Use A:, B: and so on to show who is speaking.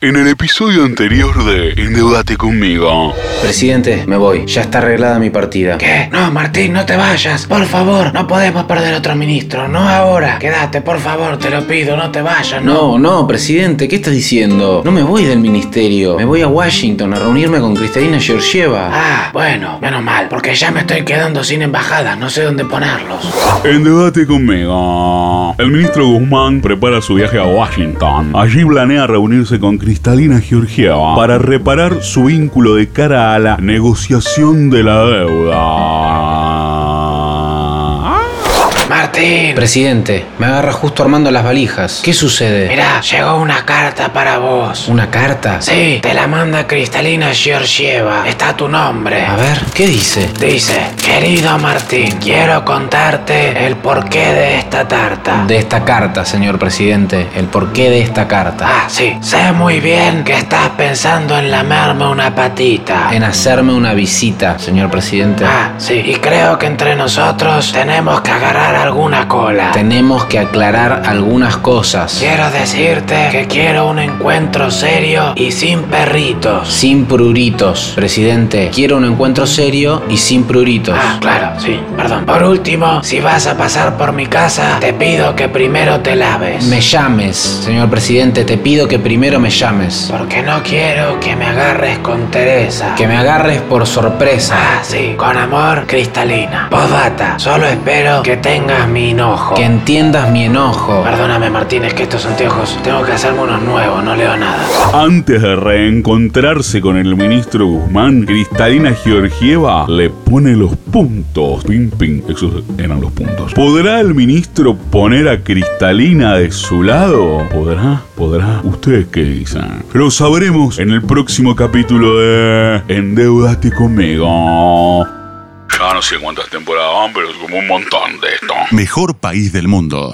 A: En el episodio anterior de Endeudate conmigo.
B: Presidente, me voy. Ya está arreglada mi partida.
C: ¿Qué? No, Martín, no te vayas. Por favor, no podemos perder otro ministro. No ahora. Quédate, por favor, te lo pido, no te vayas. No.
B: No, no, presidente, ¿qué estás diciendo? No me voy del ministerio. Me voy a Washington a reunirme con Cristalina Georgieva.
C: Ah, bueno, menos mal, porque ya me estoy quedando sin embajadas. No sé dónde ponerlos.
A: Endeudate conmigo. El ministro Guzmán prepara su viaje a Washington. Allí planea reunirse con Cristalina Georgieva para reparar su vínculo de cara a la negociación de la deuda.
C: Martín.
B: Presidente, me agarra justo armando las valijas. ¿Qué sucede?
C: Mirá, llegó una carta para vos.
B: ¿Una carta?
C: Sí, te la manda Cristalina Georgieva. Está tu nombre.
B: A ver, ¿qué dice?
C: Dice, querido Martín, quiero contarte el porqué de esta tarta.
B: De esta carta, señor presidente. El porqué de esta carta.
C: Ah, sí. Sé muy bien que estás pensando en lamerme una patita.
B: En hacerme una visita, señor presidente.
C: Ah, sí. Y creo que entre nosotros tenemos que agarrar alguna cola.
B: Tenemos que aclarar algunas cosas.
C: Quiero decirte que quiero un encuentro serio y sin perritos.
B: Sin pruritos, presidente. Quiero un encuentro serio y sin pruritos.
C: Ah, claro, sí. Perdón. Por último, si vas a pasar por mi casa, te pido que primero te laves.
B: Me llames, señor presidente. Te pido que primero me llames.
C: Porque no quiero que me agarres con Teresa.
B: Que me agarres por sorpresa.
C: Ah, sí. Con amor, Cristalina. Postdata. Solo espero que tengas mi enojo.
B: Que entiendas mi enojo.
C: Perdóname, Martínez, que estos anteojos tengo que hacerme unos nuevos, no leo nada.
A: Antes de reencontrarse con el ministro Guzmán, Cristalina Georgieva le pone los puntos. Ping, ping, esos eran los puntos. ¿Podrá el ministro poner a Cristalina de su lado? ¿Podrá? ¿Podrá? ¿Ustedes qué dicen? Lo sabremos en el próximo capítulo de Endeudate conmigo. Ya no sé cuántas temporadas van, pero es como un montón de esto.
D: Mejor país del mundo.